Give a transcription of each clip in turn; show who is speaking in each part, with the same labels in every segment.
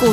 Speaker 1: 股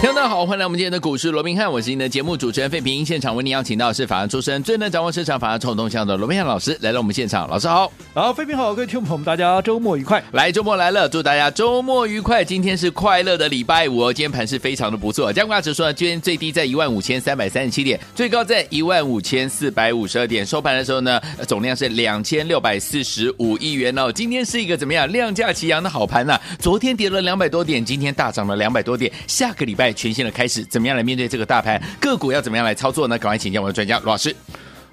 Speaker 2: 听众大家好，欢迎来我们今天的股市罗宾汉，我是您的节目主持人费平。现场为您邀请到的是法案出身、最能掌握市场法案冲动向的罗宾汉老师来到我们现场，老师好。
Speaker 3: 好，飞平好，各位听众朋友们，大家周末愉快。
Speaker 2: 来，周末来了，祝大家周末愉快。今天是快乐的礼拜五哦，今天盘是非常的不错。加挂指数呢，今天最低在一万五千三百三十七点，最高在一万五千四百五十二点，收盘的时候呢，呃总量是两千六百四十五亿元哦。今天是一个怎么样量价齐扬的好盘呐、昨天跌了两百多点，今天大涨了两百多点。下个礼拜全新的开始，怎么样来面对这个大盘？个股要怎么样来操作呢？赶快请教我们的专家罗老师。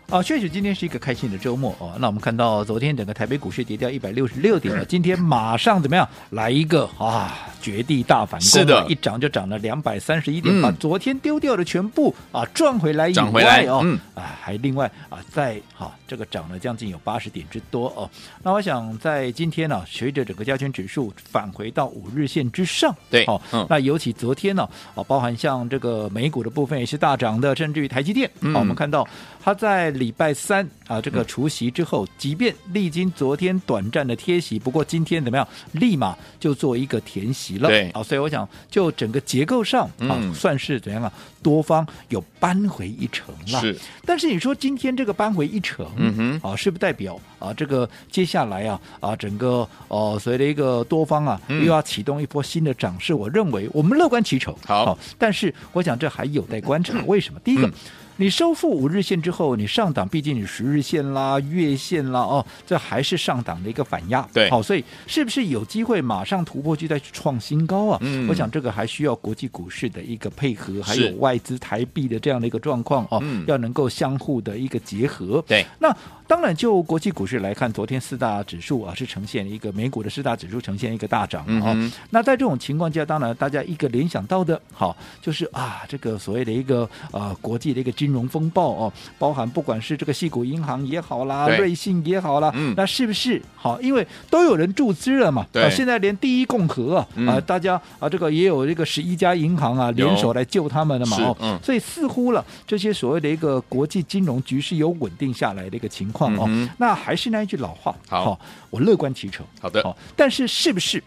Speaker 3: 啊，确实今天是一个开心的周末哦。那我们看到昨天整个台北股市跌掉一百六十六点了，今天马上怎么样来一个啊绝地大反攻啊？
Speaker 2: 是的
Speaker 3: 一涨就涨了两百三十一
Speaker 2: 嗯
Speaker 3: 点，把昨天丢掉的全部啊赚回来以
Speaker 2: 涨回来
Speaker 3: 外哦，
Speaker 2: 嗯
Speaker 3: 啊还另外啊再哈、这个涨了将近有八十点之多哦。那我想在今天呢、啊随着整个加权指数返回到五日线之上，
Speaker 2: 对
Speaker 3: 哦，
Speaker 2: 嗯
Speaker 3: 那尤其昨天呢、啊，包含像这个美股的部分也是大涨的，甚至于台积电，
Speaker 2: 嗯
Speaker 3: 啊我们看到它在礼拜三啊这个除夕之后，即便历经昨天短暂的贴息，不过今天怎么样，立马就做一个填息了，
Speaker 2: 对
Speaker 3: 啊，所以我想就整个结构上啊，
Speaker 2: 嗯
Speaker 3: 算是怎样啊，多方有扳回一城了，
Speaker 2: 是，
Speaker 3: 但是你说今天这个扳回一城，
Speaker 2: 嗯哼
Speaker 3: 啊，是不是代表啊这个接下来啊啊整个哦、随着一个多方啊、
Speaker 2: 嗯
Speaker 3: 又要启动一波新的涨势？我认为我们乐观其成，
Speaker 2: 好
Speaker 3: 但是我想这还有待观 察。为什么？第一个。
Speaker 2: 嗯
Speaker 3: 你收复五日线之后，你上档，毕竟你十日线啦、月线啦，哦，这还是上档的一个反压，
Speaker 2: 对
Speaker 3: 好、所以是不是有机会马上突破去再去创新高啊？
Speaker 2: 嗯
Speaker 3: 我想这个还需要国际股市的一个配合，还
Speaker 2: 是
Speaker 3: 有外资台币的这样的一个状况哦，
Speaker 2: 嗯
Speaker 3: 要能够相互的一个结合。
Speaker 2: 对，
Speaker 3: 那当然就国际股市来看，昨天四大指数啊是呈现一个美股的四大指数呈现一个大涨
Speaker 2: 嗯
Speaker 3: 啊、
Speaker 2: 哼
Speaker 3: 那在这种情况下，当然大家一个联想到的，好就是啊这个所谓的一个呃国际的一个金融风暴哦，包含不管是这个系股银行也好啦，
Speaker 2: 对
Speaker 3: 瑞信也好啦，
Speaker 2: 嗯
Speaker 3: 那是不是好？因为都有人注资了嘛，
Speaker 2: 对
Speaker 3: 啊现在连第一共和啊，
Speaker 2: 嗯
Speaker 3: 啊大家啊这个也有这个十一家银行啊
Speaker 2: 有
Speaker 3: 联手来救他们的嘛
Speaker 2: 是
Speaker 3: 哦，
Speaker 2: 嗯
Speaker 3: 所以似乎了这些所谓的一个国际金融局势有稳定下来的一个情况哦。
Speaker 2: 嗯哼
Speaker 3: 那还是那一句老话，哦
Speaker 2: 好
Speaker 3: 我乐观其成。
Speaker 2: 好的
Speaker 3: 好、但是是不是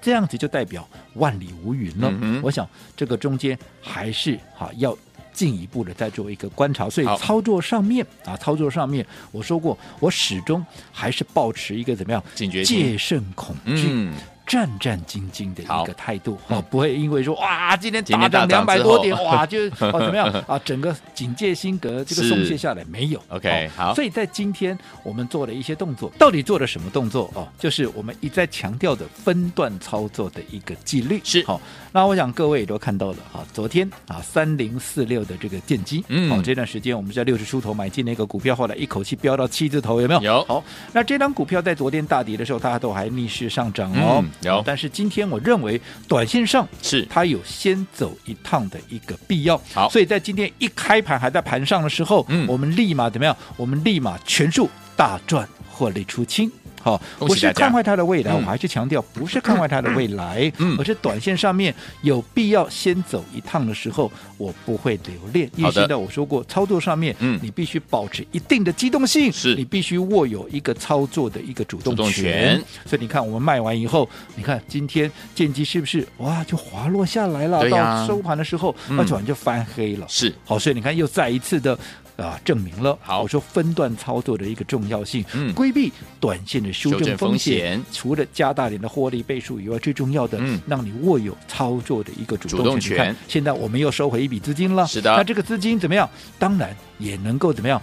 Speaker 3: 这样子就代表万里无云了？
Speaker 2: 嗯哼
Speaker 3: 我想这个中间还是哈、要。进一步的再做一个观察，所以
Speaker 2: 好
Speaker 3: 操作上面啊，操作上面，我说过，我始终还是保持一个怎么样
Speaker 2: 警觉性
Speaker 3: 戒慎恐惧、
Speaker 2: 嗯，
Speaker 3: 战战兢兢的
Speaker 2: 好
Speaker 3: 一个态度，
Speaker 2: 嗯
Speaker 3: 哦，不会因为说哇，今天
Speaker 2: 今天大
Speaker 3: 大涨两
Speaker 2: 涨
Speaker 3: 百
Speaker 2: 之
Speaker 3: 多
Speaker 2: 后
Speaker 3: 点，哇， 就哦怎么样啊，整个警戒心格这个
Speaker 2: 是
Speaker 3: 松懈下来没有
Speaker 2: OK，
Speaker 3: 哦
Speaker 2: 好
Speaker 3: 所以在今天我们做了一些动作，到底做了什么动作哦？就是我们一再强调的分段操作的一个纪律
Speaker 2: 是
Speaker 3: 好、那我想各位也都看到了哈、昨天啊三零四六的这个剑机，哦
Speaker 2: 嗯
Speaker 3: 好、这段时间我们在六十出头买进那个股票，后来一口气飙到七字头，有没有？
Speaker 2: 有
Speaker 3: 好，那这张股票在昨天大跌的时候，它都还逆势上涨哦。
Speaker 2: 嗯有
Speaker 3: 但是今天我认为短线上
Speaker 2: 是
Speaker 3: 它有先走一趟的一个必要。
Speaker 2: 好
Speaker 3: 所以在今天一开盘还在盘上的时候，
Speaker 2: 嗯
Speaker 3: 我们立马怎么样？我们立马全数大赚获利出清。好、
Speaker 2: 恭喜
Speaker 3: 不是
Speaker 2: 大家
Speaker 3: 看坏它的未来，
Speaker 2: 嗯
Speaker 3: 我还是强调，不是看坏它的未来，
Speaker 2: 嗯
Speaker 3: 而是短线上面有必要先走一趟的时候，我不会留恋。
Speaker 2: 好
Speaker 3: 因为
Speaker 2: 的
Speaker 3: 现在我说过，操作上面，
Speaker 2: 嗯
Speaker 3: 你必须保持一定的机动性，
Speaker 2: 是
Speaker 3: 你必须握有一个操作的一个主动
Speaker 2: 主动权
Speaker 3: 权所以你看，我们卖完以后，你看今天剑机是不是哇就滑落下来了？
Speaker 2: 对呀
Speaker 3: 到收盘的时候，
Speaker 2: 嗯
Speaker 3: 那突然就翻黑了。
Speaker 2: 是
Speaker 3: 好，所以你看又再一次的啊证明了，
Speaker 2: 好
Speaker 3: 我说分段操作的一个重要性，
Speaker 2: 嗯
Speaker 3: 规避短线的修
Speaker 2: 修正
Speaker 3: 正风
Speaker 2: 风
Speaker 3: 险
Speaker 2: 险。
Speaker 3: 除了加大你的获利倍数以外，最重要的，
Speaker 2: 嗯
Speaker 3: 让你握有操作的一个主
Speaker 2: 主动
Speaker 3: 动权。你看
Speaker 2: 权
Speaker 3: 现在我们又收回一笔资金了，
Speaker 2: 是的
Speaker 3: 那这个资金怎么样？当然也能够怎么样？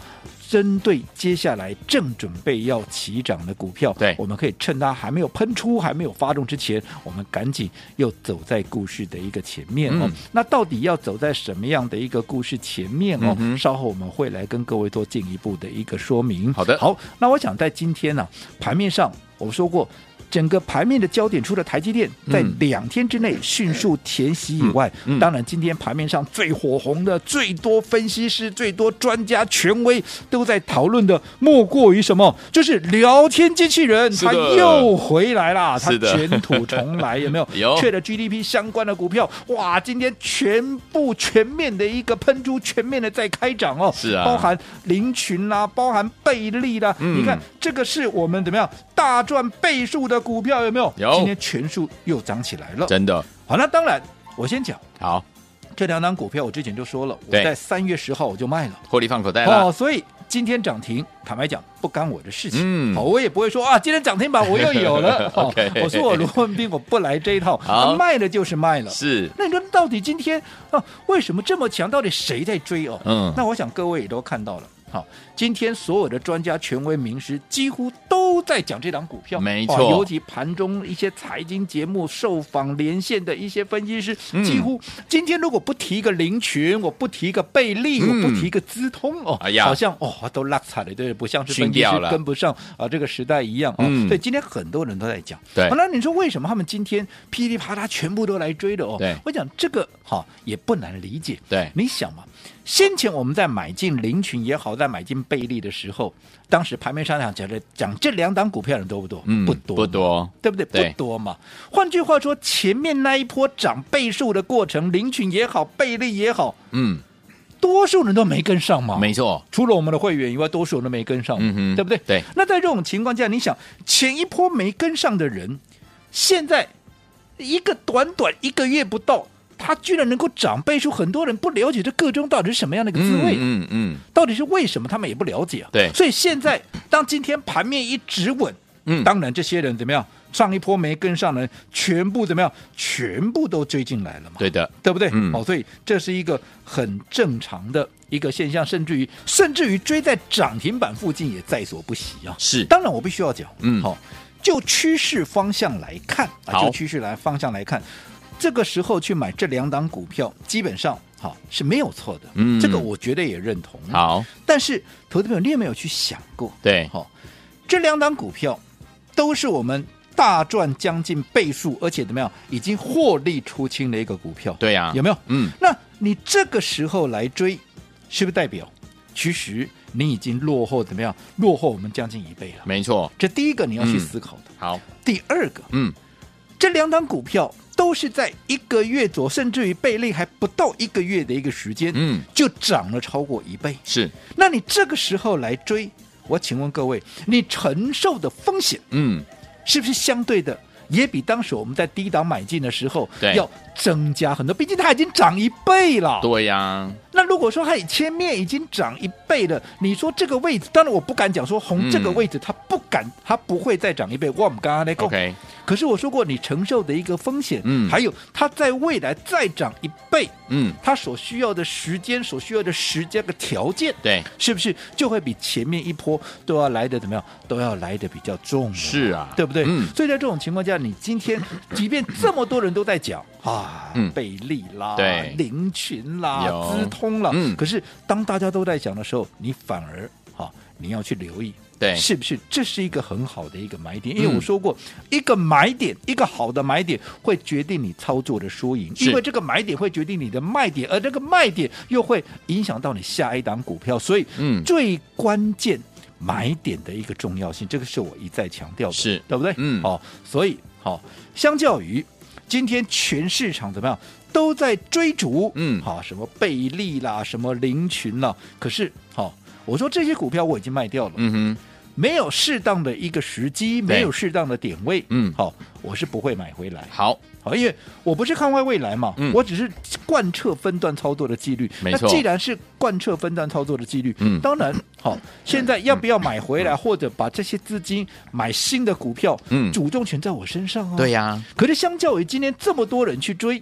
Speaker 3: 针对接下来正准备要起涨的股票，
Speaker 2: 对
Speaker 3: 我们可以趁它还没有喷出、还没有发动之前，我们赶紧又走在故事的一个前面哦。
Speaker 2: 嗯
Speaker 3: 那到底要走在什么样的一个故事前面哦？
Speaker 2: 嗯哼
Speaker 3: 稍后我们会来跟各位做进一步的一个说明。
Speaker 2: 好的
Speaker 3: 好，那我想在今天呢、盘面上我说过。整个盘面的焦点除了台积电在
Speaker 2: 嗯
Speaker 3: 两天之内迅速填息以外，
Speaker 2: 嗯嗯
Speaker 3: 当然今天盘面上最火红的、最多分析师、最多专家权威都在讨论的，莫过于什么？就是聊天机器人，
Speaker 2: 是的
Speaker 3: 它又回来啦，它
Speaker 2: 是的
Speaker 3: 卷土重来，有没有？
Speaker 2: 有
Speaker 3: 确的 GDP 相关的股票，哇，今天全部全面的一个喷出，全面的在开涨哦，
Speaker 2: 是啊
Speaker 3: 包含林群啦、包含贝利啦、
Speaker 2: 嗯
Speaker 3: 你看这个是我们怎么样大赚倍数的股票有没有？
Speaker 2: 有
Speaker 3: 今天全数又涨起来了。
Speaker 2: 真的
Speaker 3: 好，那当然，我先讲
Speaker 2: 好，
Speaker 3: 这两档股票，我之前就说了，我
Speaker 2: 对
Speaker 3: 在三月十号我就卖了。
Speaker 2: 获利放口袋
Speaker 3: 哦，
Speaker 2: 了，
Speaker 3: 所以今天涨停，坦白讲不干我的事情，
Speaker 2: 嗯
Speaker 3: 好，我也不会说啊，今天涨停 板我又有了，哦
Speaker 2: OK
Speaker 3: 我说我罗文斌我不来这一套，
Speaker 2: 好
Speaker 3: 啊卖了就是卖了。
Speaker 2: 是
Speaker 3: 那你说到底今天啊为什么这么强？到底谁在追哦？
Speaker 2: 嗯
Speaker 3: 那我想各位也都看到了。好，今天所有的专家、权威、名师几乎都在讲这档股票，
Speaker 2: 没
Speaker 3: 哇
Speaker 2: 错
Speaker 3: 尤其盘中一些财经节目、受访连线的一些分析师，
Speaker 2: 嗯
Speaker 3: 几乎今天如果不提一个林群，我不提一个贝利，
Speaker 2: 嗯
Speaker 3: 我不提一个资通哦，
Speaker 2: 哎呀
Speaker 3: 好像哦都拉惨了，对，不像是
Speaker 2: 熏
Speaker 3: 分析师
Speaker 2: 掉了
Speaker 3: 跟不上啊这个时代一样哦。
Speaker 2: 嗯
Speaker 3: 所以今天很多人都在讲，
Speaker 2: 对
Speaker 3: 好那你说为什么他们今天噼里啪啦全部都来追的哦？
Speaker 2: 对
Speaker 3: 我讲这个哈、也不难理解。
Speaker 2: 对
Speaker 3: 你想嘛，先前我们在买进林群也好，在买进贝利的时候，当时盘面上讲讲这讲这两档股票的人多不多？
Speaker 2: 嗯
Speaker 3: 不多，
Speaker 2: 不多，
Speaker 3: 对不对？
Speaker 2: 对
Speaker 3: 不多嘛。换句话说，前面那一波涨倍数的过程，林群也好，贝利也好，
Speaker 2: 嗯，
Speaker 3: 多数人都没跟上嘛。
Speaker 2: 没错，
Speaker 3: 除了我们的会员以外，多数人都没跟上嘛，
Speaker 2: 嗯哼
Speaker 3: 对不对？
Speaker 2: 对。
Speaker 3: 那在这种情况下，你想前一波没跟上的人，现在一个短短一个月不到，他居然能够长倍数，很多人不了解这个中到底是什么样的一个滋味，
Speaker 2: 嗯嗯嗯
Speaker 3: 到底是为什么，他们也不了解啊。
Speaker 2: 对
Speaker 3: 所以现在当今天盘面一直稳，
Speaker 2: 嗯，
Speaker 3: 当然这些人怎么样，上一波没跟上的人，全部怎么样，全部都追进来了嘛。
Speaker 2: 对的，
Speaker 3: 对不对？
Speaker 2: 嗯
Speaker 3: 哦，所以这是一个很正常的一个现象，甚至于甚至于追在涨停板附近也在所不惜啊。
Speaker 2: 是
Speaker 3: 当然我必须要讲，
Speaker 2: 嗯
Speaker 3: 好、就趋势方向来看啊，
Speaker 2: 好
Speaker 3: 就趋势来方向来看，这个时候去买这两档股票，基本上好、是没有错的，
Speaker 2: 嗯
Speaker 3: 这个我绝对也认同。，
Speaker 2: 好，
Speaker 3: 但是投资朋友，你有没有去想过？
Speaker 2: 对，
Speaker 3: 好、这两档股票都是我们大赚将近倍数，而且怎么样，已经获利出清的一个股票。
Speaker 2: 对呀，
Speaker 3: 有没有？
Speaker 2: 嗯，
Speaker 3: 那你这个时候来追，是不是代表其实你已经落后怎么样？落后我们将近一倍了。
Speaker 2: 没错，
Speaker 3: 这第一个你要去
Speaker 2: 嗯
Speaker 3: 思考的。
Speaker 2: 好，
Speaker 3: 第二个，
Speaker 2: 嗯，
Speaker 3: 这两档股票都是在一个月左右，甚至于贝类还不到一个月的一个时间，
Speaker 2: 嗯，
Speaker 3: 就涨了超过一倍。
Speaker 2: 是，
Speaker 3: 那你这个时候来追，我请问各位，你承受的风险
Speaker 2: 嗯，
Speaker 3: 是不是相对的也比当时我们在低档买进的时候
Speaker 2: 对
Speaker 3: 要增加很多？毕竟它已经涨一倍了。
Speaker 2: 对呀，
Speaker 3: 那如果说它前面已经涨一倍了，你说这个位置，当然我不敢讲说红
Speaker 2: 嗯
Speaker 3: 这个位置它不敢，它不会再涨一倍。我们刚刚在讲
Speaker 2: OK
Speaker 3: 可是我说过你承受的一个风险，
Speaker 2: 嗯
Speaker 3: 还有它在未来再涨一倍，
Speaker 2: 嗯，
Speaker 3: 它所需要的时间、所需要的时间的条件，
Speaker 2: 对，
Speaker 3: 是不是就会比前面一波都要来的怎么样？都要来的比较重了？
Speaker 2: 是啊，
Speaker 3: 对不对？
Speaker 2: 嗯，
Speaker 3: 所以在这种情况下，你今天即便这么多人都在讲啊
Speaker 2: 嗯，
Speaker 3: 贝利啦
Speaker 2: 对、
Speaker 3: 林群啦
Speaker 2: 有、
Speaker 3: 资通啦
Speaker 2: 嗯，
Speaker 3: 可是当大家都在讲的时候，你反而哈，你要去留意。
Speaker 2: 对，
Speaker 3: 是不是这是一个很好的一个买点？因为
Speaker 2: 嗯
Speaker 3: 我说过，一个买点，一个好的买点会决定你操作的输赢，
Speaker 2: 是
Speaker 3: 因为这个买点会决定你的卖点，而这个卖点又会影响到你下一档股票，所以
Speaker 2: 嗯
Speaker 3: 最关键买点的一个重要性，这个是我一再强调的，
Speaker 2: 是
Speaker 3: 对不对？
Speaker 2: 嗯
Speaker 3: 好、所以好、相较于今天全市场怎么样？都在追逐，
Speaker 2: 嗯
Speaker 3: 好、什么贝利啦，什么林群啦，可是好、我说这些股票我已经卖掉了，
Speaker 2: 嗯哼，
Speaker 3: 没有适当的一个时机，没有适当的点位，
Speaker 2: 嗯
Speaker 3: 好、我是不会买回来，
Speaker 2: 好，
Speaker 3: 好，因为我不是看坏未来嘛，
Speaker 2: 嗯
Speaker 3: 我只是贯彻分段操作的纪律。
Speaker 2: 没
Speaker 3: 那
Speaker 2: 错
Speaker 3: 既然是贯彻分段操作的纪律，
Speaker 2: 嗯
Speaker 3: 当然好，现在要不要买回来，或者把这些资金买新的股票，
Speaker 2: 嗯
Speaker 3: 主动权在我身上啊，
Speaker 2: 对呀，
Speaker 3: 可是相较于今天这么多人去追。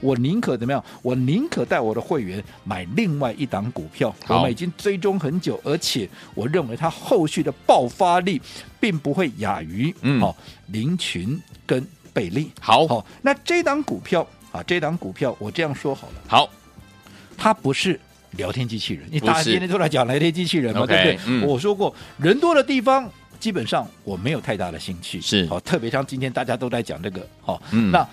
Speaker 3: 我宁可怎么样？我宁可带我的会员买另外一档股票，
Speaker 2: 好
Speaker 3: 我们已经追踪很久，而且我认为它后续的爆发力并不会亚于
Speaker 2: 嗯
Speaker 3: 好、林群跟贝利。
Speaker 2: 好，
Speaker 3: 好、那这档股票啊，这档股票我这样说好了，
Speaker 2: 好，
Speaker 3: 它不是聊天机器人，因为
Speaker 2: 不是
Speaker 3: 大家今天都在讲聊天机器人嘛，
Speaker 2: OK，
Speaker 3: 对不对？
Speaker 2: 嗯
Speaker 3: 我说过，人多的地方基本上我没有太大的兴趣。
Speaker 2: 是
Speaker 3: 好、特别像今天大家都在讲这个，好、
Speaker 2: 嗯
Speaker 3: 那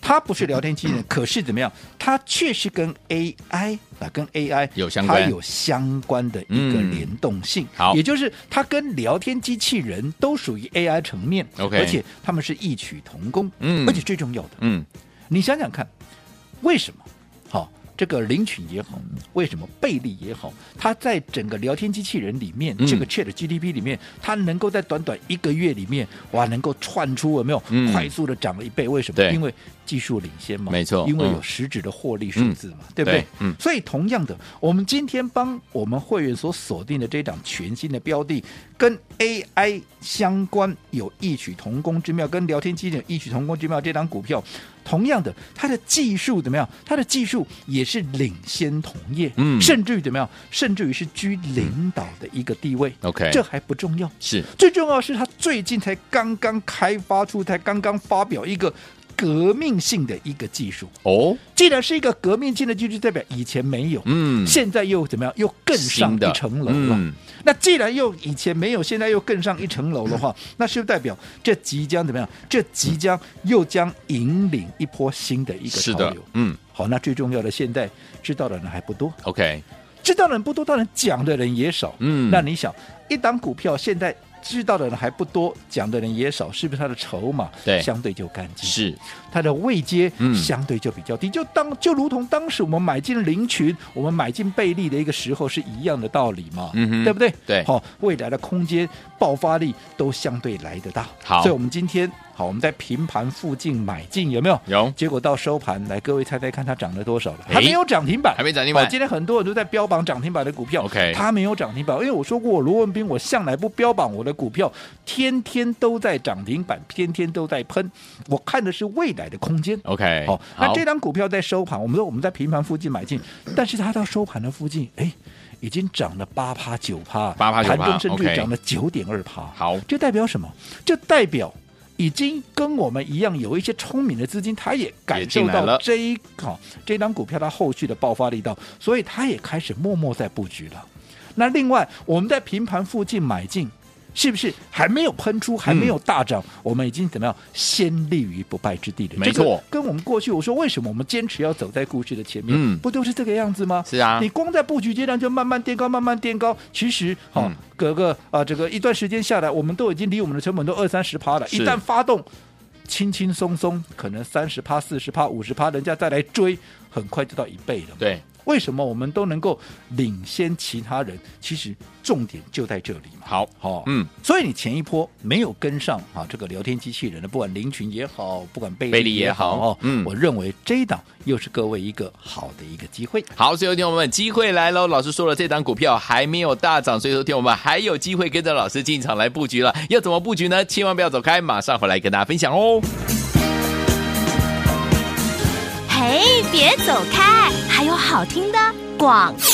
Speaker 3: 它不是聊天机器人，可是怎么样？它确实跟 AI 啊，跟 AI
Speaker 2: 有相关
Speaker 3: 它有相关的一个
Speaker 2: 嗯
Speaker 3: 联动性。
Speaker 2: 好
Speaker 3: 也就是它跟聊天机器人都属于 AI 层面
Speaker 2: OK
Speaker 3: 而且它们是异曲同工。
Speaker 2: 嗯
Speaker 3: 而且最重要的，
Speaker 2: 嗯，
Speaker 3: 你想想看，为什么？好、这个林群也好，为什么贝利也好，它在整个聊天机器人里面，
Speaker 2: 嗯
Speaker 3: 这个 Chat GDP 里面，它能够在短短一个月里面，哇，能够窜出有没有、
Speaker 2: 嗯
Speaker 3: 快速的涨了一倍？为什么？
Speaker 2: 对
Speaker 3: 因为技术领先嘛，
Speaker 2: 没错
Speaker 3: 因为
Speaker 2: 嗯
Speaker 3: 有实质的获利数字嘛，对不
Speaker 2: 对
Speaker 3: 对？
Speaker 2: 嗯
Speaker 3: 所以同样的，我们今天帮我们会员所锁定的这档全新的标的，跟 AI 相关有异曲同工之妙，跟聊天机器人有异曲同工之妙，这档股票。同样的，它的技术怎么样？它的技术也是领先同业，
Speaker 2: 嗯
Speaker 3: 甚至于怎么样？甚至于是居领导的一个地位。
Speaker 2: OK
Speaker 3: 这还不重要，
Speaker 2: 是
Speaker 3: 最重要的是，它最近才刚刚开发出，才刚刚发表一个革命性的一个技术。
Speaker 2: 哦，
Speaker 3: 既然是一个革命性的技术，代表以前没有，
Speaker 2: 嗯
Speaker 3: 现在又怎么样？又更上
Speaker 2: 新的
Speaker 3: 一层楼了。
Speaker 2: 嗯
Speaker 3: 那既然又以前没有，现在又更上一层楼的话，
Speaker 2: 嗯
Speaker 3: 那是不是代表这即将怎么样？这即将又将引领一波新的一个
Speaker 2: 是
Speaker 3: 潮
Speaker 2: 的
Speaker 3: 流。，
Speaker 2: 嗯
Speaker 3: 好，那最重要的，现在知道的人还不多，
Speaker 2: ，OK，
Speaker 3: 知道的人不多，当然讲的人也少。
Speaker 2: 嗯
Speaker 3: 那你想，一档股票现在知道的人还不多，讲的人也少，是不是它的筹码
Speaker 2: 对
Speaker 3: 相对就干净？
Speaker 2: 是
Speaker 3: 它的位阶
Speaker 2: 嗯
Speaker 3: 相对就比较低，就当就如同当时我们买进林群，我们买进贝利的一个时候是一样的道理嘛，
Speaker 2: 嗯哼
Speaker 3: 对不对？
Speaker 2: 对
Speaker 3: 好、未来的空间爆发力都相对来得大。
Speaker 2: 好
Speaker 3: 所以我们今天好，我们在平盘附近买进有没有？
Speaker 2: 有
Speaker 3: 结果到收盘，来各位猜猜看，它涨了多少了？
Speaker 2: 哎
Speaker 3: 还没有涨停板，
Speaker 2: 还没涨停板
Speaker 3: 好哦今天很多人都在标榜涨停板的股票
Speaker 2: OK
Speaker 3: 它没有涨停板，因为我说过，我罗文斌，我向来不标榜我的股票，天天都在涨停板，天天都在喷，我看的是未来的空间。
Speaker 2: OK，
Speaker 3: 好，那这张股票在收盘，我们说我们在平盘附近买进，但是它到收盘的附近，哎，已经涨了八趴九趴，
Speaker 2: 8%
Speaker 3: 盘中甚至
Speaker 2: OK
Speaker 3: 涨了九点二趴。
Speaker 2: 好
Speaker 3: 这代表什么？这代表已经跟我们一样，有一些聪明的资金，他也感受
Speaker 2: 也进来了
Speaker 3: 到这一好、这张股票它后续的爆发力道，所以他也开始默默在布局了。那另外，我们在平盘附近买进。是不是还没有喷出，还没
Speaker 2: 嗯
Speaker 3: 有大涨？我们已经怎么样先立于不败之地了？
Speaker 2: 没
Speaker 3: 这个
Speaker 2: 错
Speaker 3: 跟我们过去我说为什么我们坚持要走在故事的前面，
Speaker 2: 嗯
Speaker 3: 不都是这个样子吗？
Speaker 2: 是啊
Speaker 3: 你光在布局阶段就慢慢垫高，慢慢垫高，其实哈、
Speaker 2: 嗯
Speaker 3: 隔个啊、这个一段时间下来，我们都已经离我们的成本都二三十趴了，
Speaker 2: 是
Speaker 3: 一旦发动。轻轻松松，可能三十趴、四十趴、五十趴，人家再来追，很快就到一倍了。，
Speaker 2: 对
Speaker 3: 为什么我们都能够领先其他人？其实重点就在这里嘛。
Speaker 2: 好，
Speaker 3: 好、
Speaker 2: 嗯，
Speaker 3: 所以你前一波没有跟上啊，这个聊天机器人的，不管林群也好，不管贝
Speaker 2: 贝利也
Speaker 3: 也
Speaker 2: 好
Speaker 3: 好，
Speaker 2: 嗯
Speaker 3: 我认为这一档又是各位一个好的一个机会。
Speaker 2: 好，所以有天我们机会来喽！老师说了，这档股票还没有大涨，所以昨天我们还有机会跟着老师进场来布局了。要怎么布局呢？千万不要走开，马上回来跟大家分享哦。
Speaker 1: 嘿，别走开，还有好听的广告。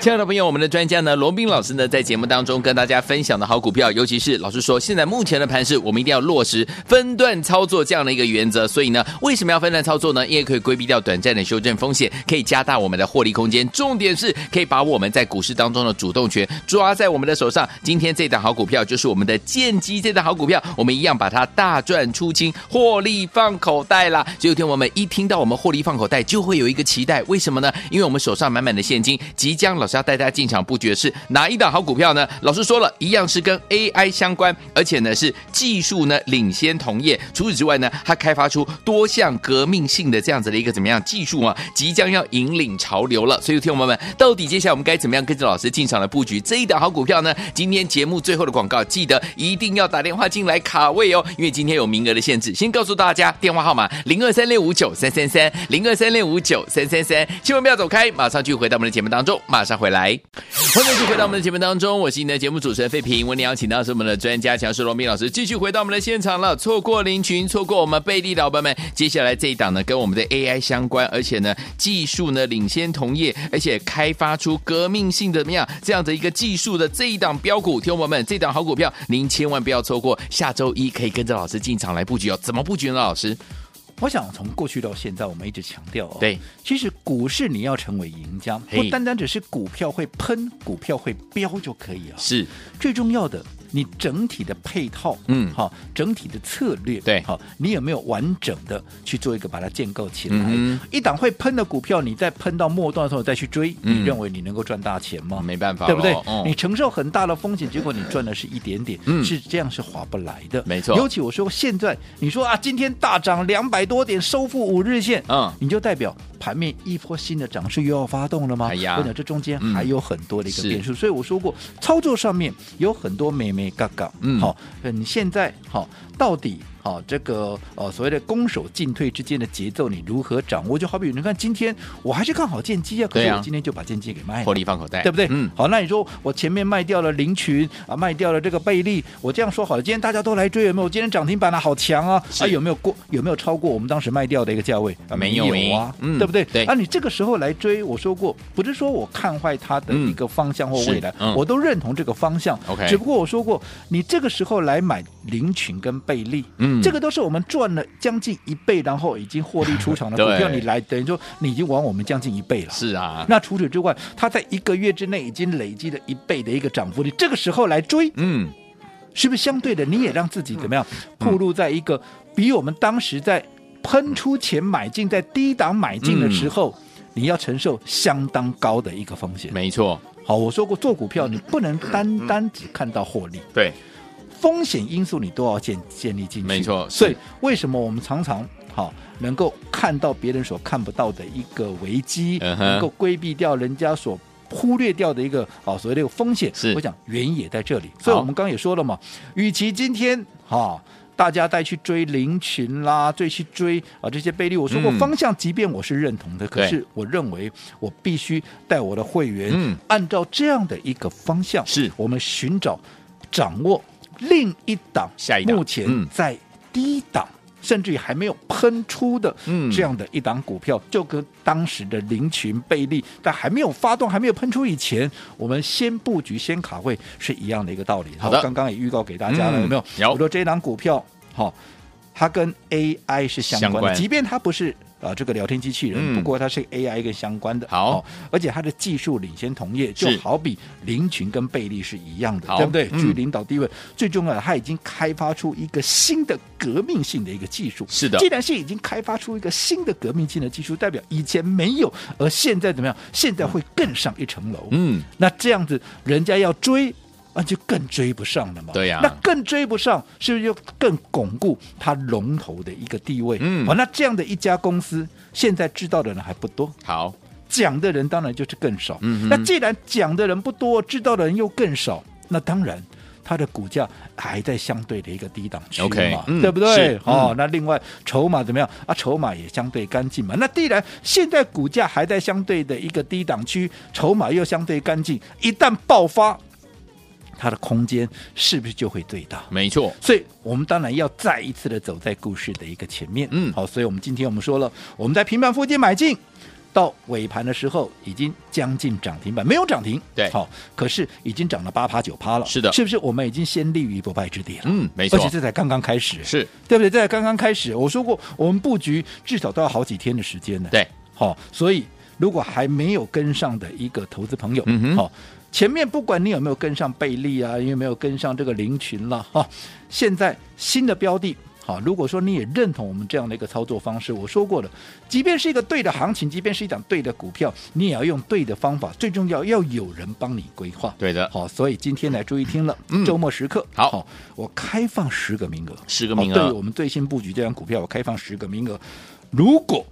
Speaker 2: 亲爱的朋友，我们的专家呢，罗斌老师呢，在节目当中跟大家分享的好股票，尤其是老师说，现在目前的盘势，我们一定要落实分段操作这样的一个原则。所以呢，为什么要分段操作呢？因为可以规避掉短暂的修正风险，可以加大我们的获利空间。重点是可以把我们在股市当中的主动权抓在我们的手上。今天这档好股票就是我们的剑机这档好股票，我们一样把它大赚出清，获利放口袋啦。所以有天我们一听到我们获利放口袋，就会有一个期待，为什么呢？因为我们手上满满的现金，即将老师要带大家进场布局的是哪一档好股票呢？老师说了一样是跟 AI 相关，而且呢是技术呢领先同业。除此之外呢，它开发出多项革命性的这样子的一个怎么样技术啊，即将要引领潮流了。所以，听众朋友们，到底接下来我们该怎么样跟着老师进场来布局这一档好股票呢？今天节目最后的广告，记得一定要打电话进来卡位哦，因为今天有名额的限制。先告诉大家电话号码零二三六五九三三三零二三六五九三三三，千万不要走开，马上就回到我们的节目当中，马上回来。欢迎继续回到我们的节目当中，我是你的节目主持人费平。为你邀请到是我们的专家强势罗密老师，继续回到我们的现场了。错过林群，错过我们贝利老板们，接下来这一档呢，跟我们的 AI 相关，而且呢，技术呢领先同业，而且开发出革命性的怎么样这样的一个技术的这一档标股，听我们，这档好股票您千万不要错过。下周一可以跟着老师进场来布局哦。怎么布局呢？老师，
Speaker 3: 我想从过去到现在，我们一直强调哦，
Speaker 2: 对，
Speaker 3: 其实股市你要成为赢家，
Speaker 2: 嘿
Speaker 3: 不单单只是股票会喷、股票会飙就可以啊，
Speaker 2: 是
Speaker 3: 最重要的你整体的配套，
Speaker 2: 嗯
Speaker 3: 好，整体的策略，
Speaker 2: 对
Speaker 3: 好，你有没有完整的去做一个把它建构起来？
Speaker 2: 嗯
Speaker 3: 一档会喷的股票，你在喷到末段的时候再去追，
Speaker 2: 嗯
Speaker 3: 你认为你能够赚大钱吗？
Speaker 2: 没办法咯，
Speaker 3: 对不对？
Speaker 2: 嗯
Speaker 3: 你承受很大的风险，结果你赚的是一点点，
Speaker 2: 嗯
Speaker 3: 是这样是划不来的。
Speaker 2: 没错
Speaker 3: 尤其我说现在，你说啊，今天大涨两百多点，收复五日线，
Speaker 2: 嗯
Speaker 3: 你就代表盘面一波新的涨势又要发动了吗？
Speaker 2: 哎呀
Speaker 3: 我讲这中间
Speaker 2: 嗯
Speaker 3: 还有很多的一个
Speaker 2: 是
Speaker 3: 变数，所以我说过，操作上面有很多美美嘎嘎。
Speaker 2: 嗯
Speaker 3: 好、呃你现在好、到底？好、这个呃所谓的攻守进退之间的节奏，你如何掌握？就好比你看今天，我还是看好剑机啊，可是
Speaker 2: 对啊
Speaker 3: 我今天就把剑机给卖了
Speaker 2: 获。利放口袋，
Speaker 3: 对不对？
Speaker 2: 嗯，
Speaker 3: 好，那你说我前面卖掉了林群啊，卖掉了这个贝利，我这样说好了，今天大家都来追，有没有？今天涨停板啊，好强啊！
Speaker 2: 是
Speaker 3: 啊，有没有过？有没有超过我们当时卖掉的一个价位？啊
Speaker 2: 没有
Speaker 3: 啊
Speaker 2: 诶，嗯
Speaker 3: 对不对？
Speaker 2: 对
Speaker 3: 啊，你这个时候来追，我说过，不是说我看坏它的一个方向或未来
Speaker 2: 是，嗯
Speaker 3: 我都认同这个方向。
Speaker 2: OK
Speaker 3: 只不过我说过，你这个时候来买林群跟贝利，
Speaker 2: 嗯
Speaker 3: 这个都是我们赚了将近一倍，然后已经获利 出场的股票，
Speaker 2: 对
Speaker 3: 你来等于说你已经往我们将近一倍了。
Speaker 2: 是啊，
Speaker 3: 那除此之外，它在一个月之内已经累积了一倍的一个涨幅，你这个时候来追，
Speaker 2: 嗯，
Speaker 3: 是不是相对的你也让自己怎么样，暴露在一个比我们当时在喷出前买进，在低档买进的时候，你要承受相当高的一个风险。
Speaker 2: 没错，
Speaker 3: 好，我说过做股票，你不能单单只看到获利，
Speaker 2: 对，
Speaker 3: 风险因素你都要建建立进去。
Speaker 2: 没错是
Speaker 3: 所以为什么我们常常好能够看到别人所看不到的一个危机，
Speaker 2: 嗯哼
Speaker 3: 能够规避掉人家所。忽略掉的一个啊，所谓的一个风险，
Speaker 2: 是
Speaker 3: 我讲原因也在这里。所以我们刚刚也说了嘛，与其今天哈、大家再去追林群啦，再去追啊这些贝利，我说过
Speaker 2: 嗯
Speaker 3: 方向，即便我是认同的，可
Speaker 2: 对
Speaker 3: 是我认为我必须带我的会员，
Speaker 2: 嗯
Speaker 3: 按照这样的一个方向，
Speaker 2: 是
Speaker 3: 我们寻找、掌握另一档
Speaker 2: 下一档
Speaker 3: 目前
Speaker 2: 嗯
Speaker 3: 在低档。甚至于还没有喷出的
Speaker 2: 嗯
Speaker 3: 这样的一档股票，就跟当时的林群、贝利，但还没有发动、还没有喷出以前，我们先布局、先卡位是一样的一个道理。
Speaker 2: 好的
Speaker 3: 我刚刚也预告给大家
Speaker 2: 嗯
Speaker 3: 了，有没有？
Speaker 2: 有
Speaker 3: 我说这一档股票，好、它跟 AI 是相关的，
Speaker 2: 相关
Speaker 3: 即便它不是啊、呃这个聊天机器人，
Speaker 2: 嗯
Speaker 3: 不过它是 AI 跟相关的。
Speaker 2: 好
Speaker 3: 哦而且它的技术领先同业，就是好比林群跟贝利是一样的
Speaker 2: 好，
Speaker 3: 对不对？
Speaker 2: 嗯
Speaker 3: 居领导地位，最重要的，它已经开发出一个新的革命性的一个技术。
Speaker 2: 是的
Speaker 3: 既然是已经开发出一个新的革命性的技术，代表以前没有，而现在怎么样？现在会更上一层楼。
Speaker 2: 嗯，
Speaker 3: 那这样子人家要追。那就更追不上了嘛。
Speaker 2: 对呀
Speaker 3: 那更追不上，是不是就更巩固它龙头的一个地位？哦
Speaker 2: 嗯
Speaker 3: 好、那这样的一家公司，现在知道的人还不多，
Speaker 2: 好，
Speaker 3: 讲的人当然就是更少。
Speaker 2: 嗯哼
Speaker 3: 那既然讲的人不多，知道的人又更少，那当然。它的股价还在相对的一个低档区嘛
Speaker 2: OK，嗯
Speaker 3: 对不对
Speaker 2: 是？
Speaker 3: 哦
Speaker 2: 嗯，
Speaker 3: 那另外筹码怎么样啊？筹码也相对干净嘛。那既然现在股价还在相对的一个低档区，筹码又相对干净，一旦爆发，它的空间是不是就会最大？
Speaker 2: 没错，
Speaker 3: 所以我们当然要再一次的走在故事的一个前面。
Speaker 2: 嗯
Speaker 3: 好，所以我们今天我们说了，我们在平板附近买进。到尾盘的时候，已经将近涨停板，没有涨停，
Speaker 2: 对
Speaker 3: 好，可是已经涨了八趴九趴了，
Speaker 2: 是的
Speaker 3: 是不是？我们已经先立于不败之地了，
Speaker 2: 嗯没错
Speaker 3: 而且这才刚刚开始，
Speaker 2: 是
Speaker 3: 对不对？这才刚刚开始，我说过，我们布局至少都要好几天的时间呢，
Speaker 2: 对，
Speaker 3: 好、所以如果还没有跟上的一个投资朋友，
Speaker 2: 嗯哼
Speaker 3: 好、前面不管你有没有跟上贝利啊，有没有跟上这个林群了哈、现在新的标的。好，如果说你也认同我们这样的一个操作方式，我说过了，即便是一个对的行情，即便是一档对的股票，你也要用对的方法，最重要要有人帮你规划。
Speaker 2: 对的
Speaker 3: 好，所以今天来注意听了，
Speaker 2: 嗯
Speaker 3: 周末时刻，
Speaker 2: 好
Speaker 3: 我开放十个名额，
Speaker 2: 十个名额
Speaker 3: 好哦对于我们最新布局这张股票，我开放十个名额，如果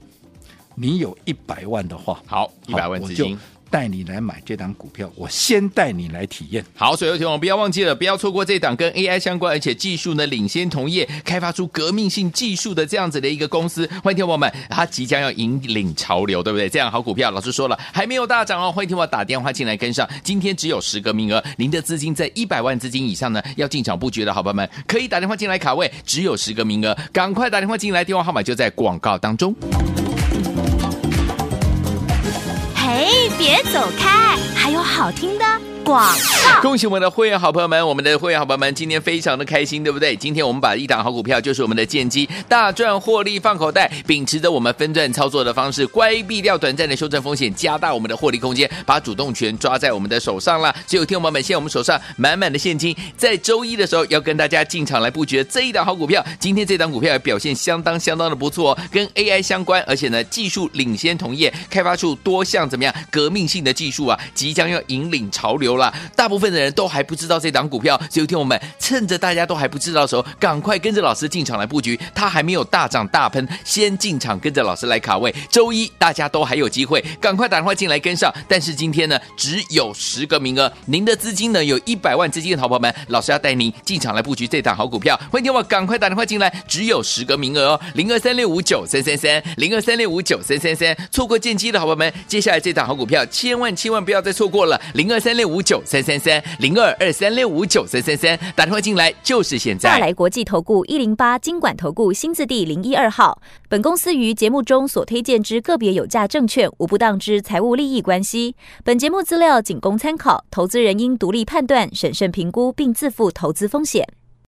Speaker 3: 你有一百万的话，
Speaker 2: 好，一百万
Speaker 3: 我
Speaker 2: 资
Speaker 3: 就
Speaker 2: 金。
Speaker 3: 带你来买这档股票，我先带你来体验。
Speaker 2: 好，所以有听众不要忘记了，不要错过这档跟 AI 相关，而且技术呢领先同业，开发出革命性技术的这样子的一个公司。欢迎听众朋友们，它即将要引领潮流，对不对？这样好股票，老师说了还没有大涨哦，欢迎听我打电话进来跟上。今天只有十个名额，您的资金在一百万资金以上呢，要进场布局的好朋友们，可以打电话进来卡位，只有十个名额，赶快打电话进来，电话号码就在广告当中。
Speaker 1: 嘿，别走开，还有好听的
Speaker 4: 广。
Speaker 2: 恭喜我们的会员好朋友们，我们的会员好朋友们今天非常的开心，对不对？今天我们把一档好股票，就是我们的建机大赚获利放口袋，秉持着我们分段操作的方式，乖避掉短暂的修正风险，加大我们的获利空间，把主动权抓在我们的手上啦。所以，听我们们现在我们手上满满的现金，在周一的时候要跟大家进场来布局这一档好股票。今天这档股票也表现相当相当的不错、哦，跟 AI 相关，而且呢技术领先同业，开发出多项怎么样革命性的技术啊，即将要引领潮流啦。大部分的人都还不知道这档股票，所以听我们趁着大家都还不知道的时候，赶快跟着老师进场来布局。它还没有大涨大喷，先进场跟着老师来卡位。周一大家都还有机会，赶快打电话进来跟上。但是今天呢，只有十个名额，您的资金呢有一百万资金的好朋友们，老师要带您进场来布局这档好股票。欢迎听我赶快打电话进来，只有十个名额哦，零二三六五九三三三，零二三六五九三三三。错过见机的好朋友们，接下来这档好股票千万千万不要再错过了，零二三六五九三三三，零二二三六五九三三三，打电话进来就是现在
Speaker 1: 大。来国际投顾一零八金管投顾新字第零一二号。本公司于节目中所推荐之个别有价证券，无不当之财务利益关系。本节目资料仅供参考，投资人应独立判断、审慎评估，并自负投资风险。